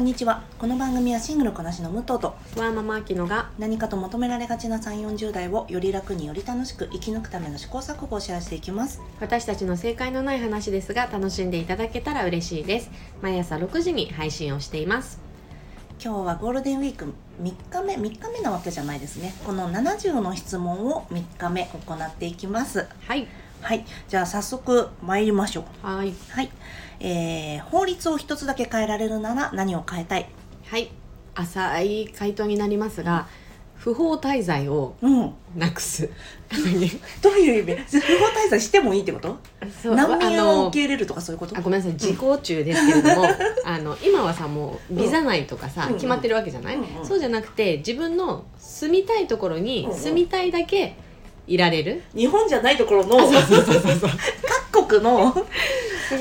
にちはこの番組はシングルこなしの武藤とワーママアキノが何かと求められがちな3 4 0代をより楽により楽しく生き抜くための試行錯誤をシェアしていきます私たちの正解のない話ですが楽しんでいただけたら嬉しいです毎朝6時に配信をしています今日はゴールデンウィーク3日目3日目なわけじゃないですねこの70の質問を3日目行っていきますはいはいじゃあ早速参りましょうはいはい、えー、法律を一つだけ変えられるなら何を変えたいはい浅い回答になりますが不法滞在をうんなくすどういう意味不法滞在してもいいってことそう難民をあの受け入れるとかそういうことあごめんなさい時効中ですけれ ども、あの今はさもうビザ内とかさ、うん決まってるわけじゃない、うんうんそうじゃなくて自分の住みたいところにうんうん住みたいだけいられる、日本じゃないところの各国の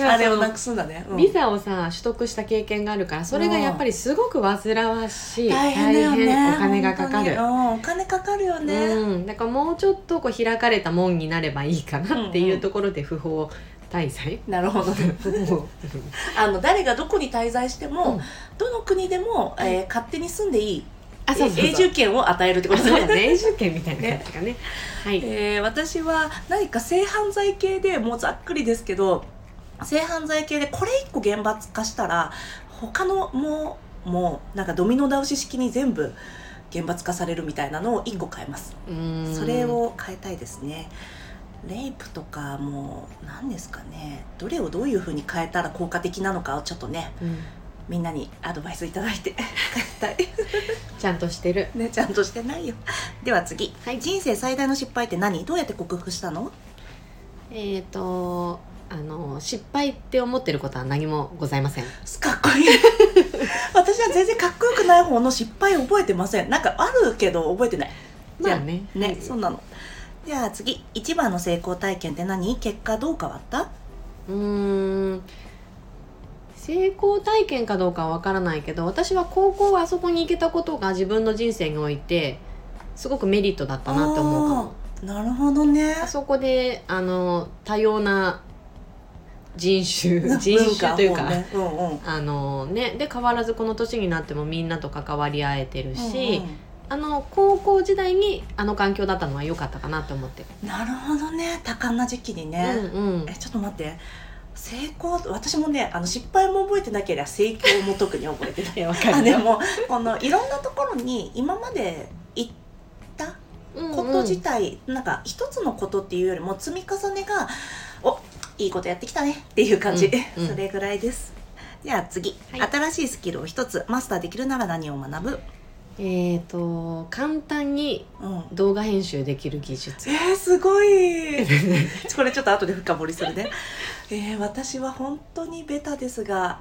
あれをなくすんだね、うんビザをさ取得した経験があるからそれがやっぱりすごく煩わしい、大変だよね大変お金がか本かる当、にうんお金かかるよね、うん、だからもうちょっとこう開かれた門になればいいかなってうんいうんうところで不法滞在なるほど ねもうあの誰がどこに滞在しても、うんどの国でも、えー勝手に住んでいいあそうそうそう永住権を与えるってこあとそうねだね永住権みたいなやつかねはいえー私は何か性犯罪系でもうざっくりですけど性犯罪系でこれ一個厳罰化したら他のもうもうなんかドミノ倒し式に全部厳罰化されるみたいなのを一個変えますうんそれを変えたいですねレイプとかもう何ですかねどれをどういうふうに変えたら効果的なのかをちょっとねうんみんなにアドバイスいただいて 変えたいちゃんとしてるねちゃんとしてないよでは次、はい、人生最大の失敗って何どうやって克服したのえっ、とあの失敗って思ってることは何もございませんかっこいい 私は全然かっこよくない方の失敗覚えてませんなんかあるけど覚えてないじゃあねね、はいそうなのじゃあ次一番の成功体験って何結果どう変わったうーん成功体験かどうかはわからないけど私は高校はあそこに行けたことが自分の人生においてすごくメリットだったなって思うかもなるほどねあそこであの多様な人 種な人文化種というかもねうんうんあのねで変わらずこの年になってもみんなと関わり合えてるし、うんあの高校時代にあの環境だったのは良かったかなって思ってる、うんなるほどね多感な時期にね、うんうんえちょっと待って成功私もねあの失敗も覚えてなければ成功も特に覚えて ないいやわかあるでよもこのいろんなところに今まで行ったうんうんこと自体、なんか一つのことっていうよりも積み重ねがおいいことやってきたねっていう感じ、うん うんそれぐらいですじゃあ次、はい新しいスキルを一つマスターできるなら何を学ぶ、えっ、と簡単にうん、動画編集できる技術えー、すごい これちょっと後で深掘りするね、えー、私は本当にベタですが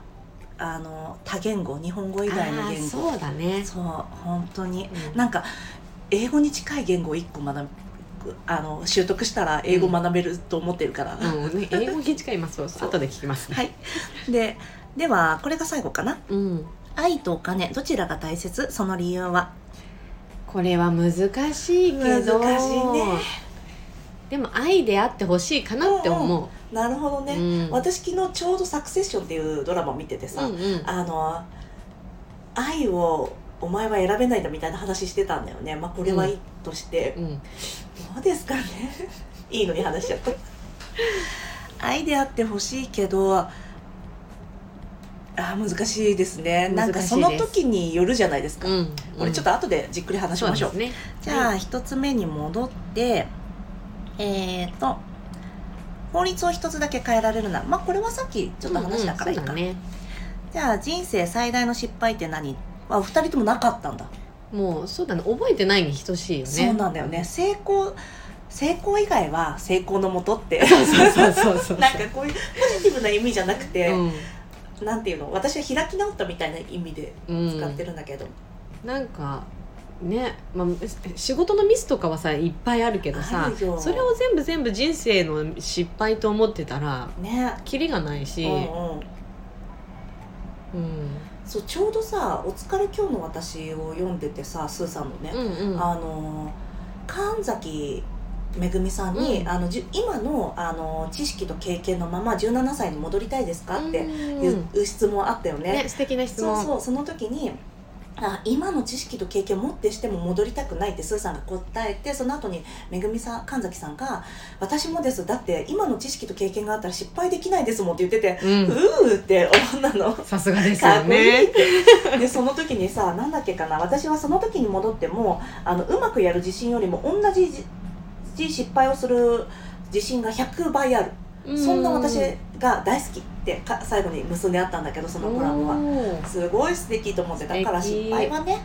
あの多言語日本語以外のあ言ー語そうだねそう本当にうんなんか英語に近い言語を1個学ぶあの習得したら英語学べると思ってるから、うんね英語に近いますそうそう後で聞きますね、はいでではこれが最後かなうん、愛とお金どちらが大切その理由はこれは難しいけど難しいねでも愛であってほしいかなって思なるほどう、ね、うん、私昨日ちょうど「サクセッション」っていうドラマを見ててさ、うんうんあの愛をお前は選べないんだみたいな話してたんだよねまあこれはいいとして、うんどうです かねいいのに話しちゃった愛であってほしいけどあー難しいですねなんか難しいですその時によるじゃないですか、うん、これちょっと後でじっくり話しそうまでしょうすねじゃはあい一つ目に戻ってえっ、と法律を一つだけ変えられるなまあこれはさっきちょっと話したからいいか、うんうんそうだねじゃあ人生最大の失敗って何は二人ともなかったんだ、もうそうだね覚えてないに等しいよねそうなんだよね成功成功以外は成功のもとって そうそうそうそうそうなんかこういうポジティブな意味じゃなくて、うんなんていうの私は開き直ったみたいな意味でうん使ってるんだけど、なんかね、まあ、仕事のミスとかはさいっぱいあるけどあさるよそれを全部全部人生の失敗と思ってたらね、キリがないし、うんうん、うんそうちょうどさ「お疲れ今日の私」を読んでてさスーさんのね、うんうんあのー神崎めぐみさんに、うんあのじゅ今のあの知識と経験のまま17歳に戻りたいですかっていううんいう質問あったよね。ね素敵な質そう問そうその時にあ今の知識と経験を持ってしても戻りたくないってスーさんが答えてその後にめぐみさん神崎さんが「私もですだって今の知識と経験があったら失敗できないですもん」って言ってて「ううんー」って思ったの。さすがですかよっこいいねってでその時にさなんだっけかな私はその時に戻ってもあのうまくやる自信よりも同じじ失敗をする自信が100倍あるそんな私が大好きってか最後に結んであったんだけどそのコラムははすごい素敵と思ってだから素敵失敗はね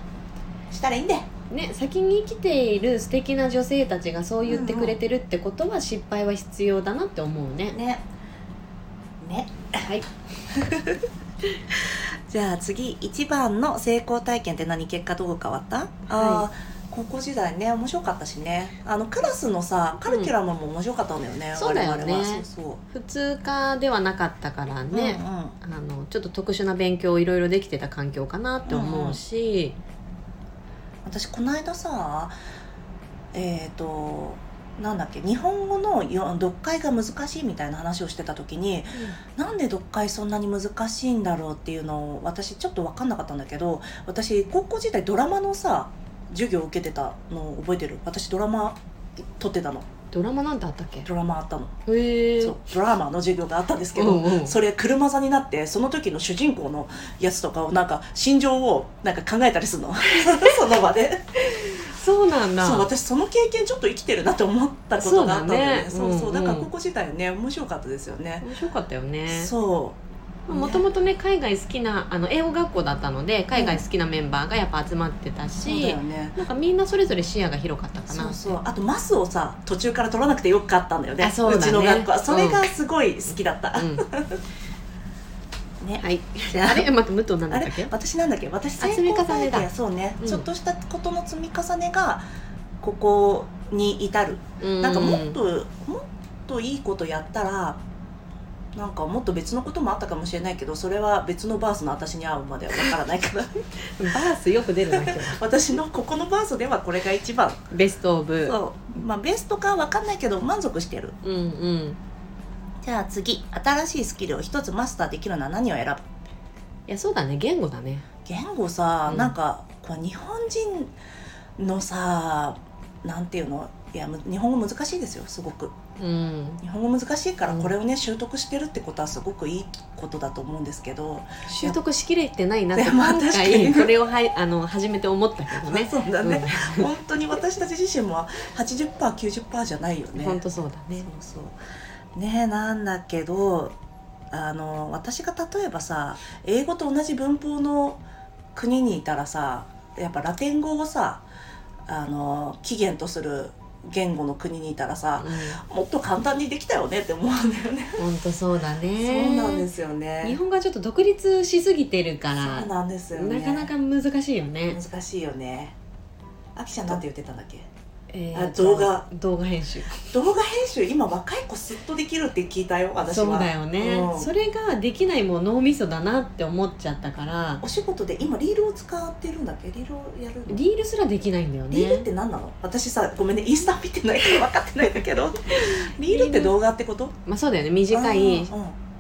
したらいいんでね、先に生きている素敵な女性たちがそう言ってくれてるってことは失敗は必要だなって思うね。ねねはい、 じゃあ次一番の成功体験って何結果どう変わった、あー高校時代ね面白かったしねあのクラスのさカリキュラムも面白かったんだよね、そうだよね我々はそうそ普通科ではなかったからうね、あのちょっと特殊な勉強をいろいろできてた環境かなって思うし、私この間さえっ、となんだっけ日本語のよ読解が難しいみたいな話をしてた時になんで読解そんなに難しいんだろうっていうのを私ちょっと分かんなかったんだけど私高校時代ドラマのさ授業を受けてたのを覚えてる私ドラマ撮ってたのドラマなんてあったっけドラマあったのへえそうドラマの授業があったんですけど、うんうんそれ車座になってその時の主人公のやつとかをなんか心情をなんか考えたりす るのその場でそうなんだそう私その経験ちょっと生きてるなって思ったことがあったんだよねそそううだねそううんうんだから高校時代ね面白かったですよね、面白かったよねそうもともとね海外好きなあの英語学校だったので海外好きなメンバーがやっぱ集まってたそうだし、よねなんかみんなそれぞれ視野が広かったかなそうそうあとマスをさ途中から取らなくてよかったんだよねあそうだねちの学校はそれがすごい好きだった、うねん、はいじゃああれ待って武藤なんだあっれたっけ私なんだっけ私あ積み重ねだ成功体験そうね、うんちょっとしたことの積み重ねがここに至るなんかもっと、もっといいことやったらなんかもっと別のこともあったかもしれないけどそれは別のバースの私に合うまではわからないから バースよく出るな今日 私のここのバースではこれが一番ベストオブそうまあベストかわかんないけど満足してるうんうんじゃあ次新しいスキルを一つマスターできるのは何を選ぶいやそうだね言語だね言語さ、うんなんかこう日本人のさなんていうのいやむ日本語難しいですよすごくうん日本語難しいからうんこれをね、習得してるってことはすごくいいことだと思うんですけど、習得しきれてないなっていやまあ今確かに回これをはいあの初めて思ったけどね そうだね、本当に私たち自身も 80%90% じゃないようんね本当そうだねそうそうねなんだけどあの私が例えばさ英語と同じ文法の国にいたらさやっぱラテン語をさあの起源とする言語の国にいたらさもっと簡単にできたよねって思うんだよね。うん、本当そうだねそうなんですよ日ね。本がちょっと独立しすぎてるかそうらなんですよね。なかなか難しいよね、難しいよね。あきちゃんなんて言ってたんだっけ？えあ動画動画編集動画編集今若い子すっとできるって聞いたよ私は。そうだよね、うんそれができないもう脳みそだなって思っちゃったからお仕事で今リールを使ってるんだっけリールをやるのリールすらできないんだよリールっねて何なの私さごめんねインスタ見てないから分かってないんだけ どリールって動画ってことまあそうだよね短いうん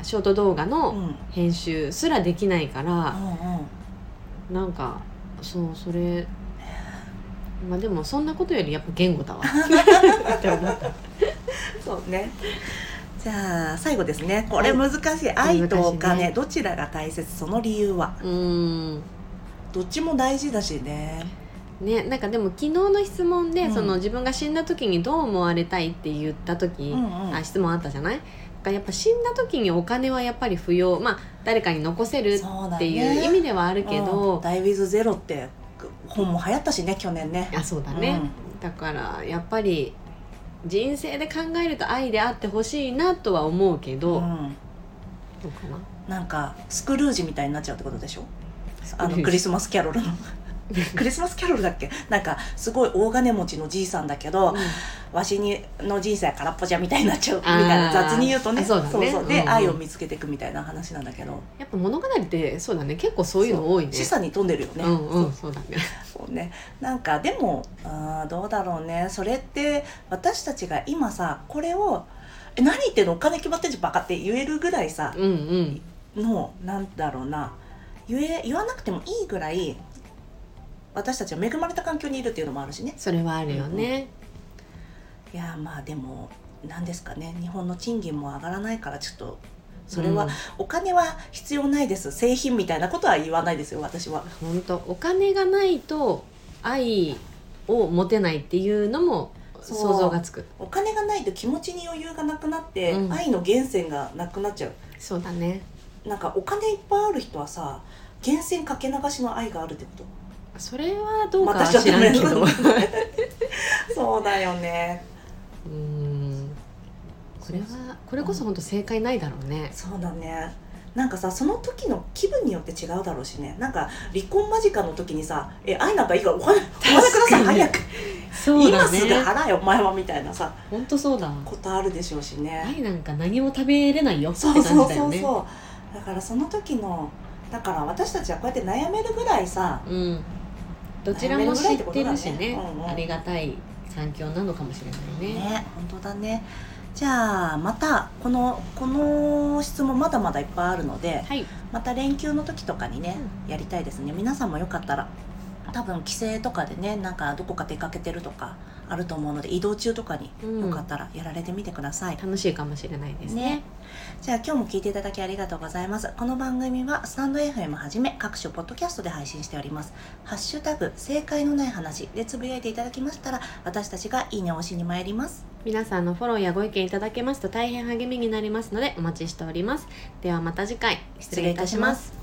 ショート動画うんうのんうん編集すらできないから、うんなんかそうそれまあでもそんなことよりやっぱ言語 だわって思ったそうねじゃあ最後ですねこれ難しい、愛とお金、難しいねどちらが大切その理由はうーんどっちも大事だしねね、なんかでも昨日の質問で、うんその自分が死んだ時にどう思われたいって言った時、うんうんあ質問あったじゃないだからやっぱ死んだ時にお金はやっぱり不要まあ誰かに残せるそうだねっていう意味ではあるけうどん、ダイウィズゼロって本も流行ったしね去年ねあそうだね、だからやっぱり人生で考えると愛であってほしいなとは思うけうど、んどうんうかななんかスクルージみたいになっちゃうってことでしょあのクリスマスキャロルのクリスマスキャロルだっけなんかすごい大金持ちのじいさんだけど、わしにの人生は空っぽじゃみたいになっちゃうみたいなあー雑に言うとねあそうだねそうで、うんうん愛を見つけていくみたいな話なんだけどやっぱ物語ってそうだね結構そういうの多いね示唆に富んでるよね、うんうんそうだねそううねなんかでもあーどうだろうねそれって私たちが今さこれを「え何言ってんのお金決まってんじゃんバカ」って言えるぐらいさうんうんのなんだろうな言え言わなくてもいいぐらい私たちは恵まれた環境にいるっていうのもあるしねそれはあるよね、いやーまあでも何ですかね日本の賃金も上がらないからちょっとそれは、うんお金は必要ないです製品みたいなことは言わないですよ私は。本当お金がないと愛を持てないっていうのもそう想像がつくお金がないと気持ちに余裕がなくなって、うん愛の源泉がなくなっちゃうそうだねなんかお金いっぱいある人はさ源泉かけ流しの愛があるってことそれはどうかまたはしちゃっ知たらねんけど、 そうだよね うんこれはこれこそ本当正解ないだろうねそうだねなんかさその時の気分によって違うだろうしねなんか離婚間近の時にさ「え愛なんかいいからお金お金ください確かに早く、そう今だすぐね払えお前は」みたいなさ本当そうだことあるでしょうしね、愛なんか何も食べれないよってそ感うじそうだそようねそうだからその時のだから私たちはこうやって悩めるぐらいさうんどちらも知ってるし悩めるぐらいってねことだねうんうんありがたい環境なのかもしれないねね本当だねじゃあまたこのこの質問まだまだいっぱいあるのではいまた連休の時とかにね、やりたいですね皆さんもよかったら多分帰省とかでねなんかどこか出かけてるとかあると思うので移動中とかにうんよかったらやられてみてください、楽しいかもしれないですねじゃあ今日も聞いていただきありがとうございますこの番組はスタンド FM はじめ各種ポッドキャストで配信しておりますハッシュタグ正解のない話でつぶやいていただきましたら私たちがいいねを押しに参ります皆さんのフォローやご意見いただけますと大変励みになりますのでお待ちしておりますではまた次回失礼いたします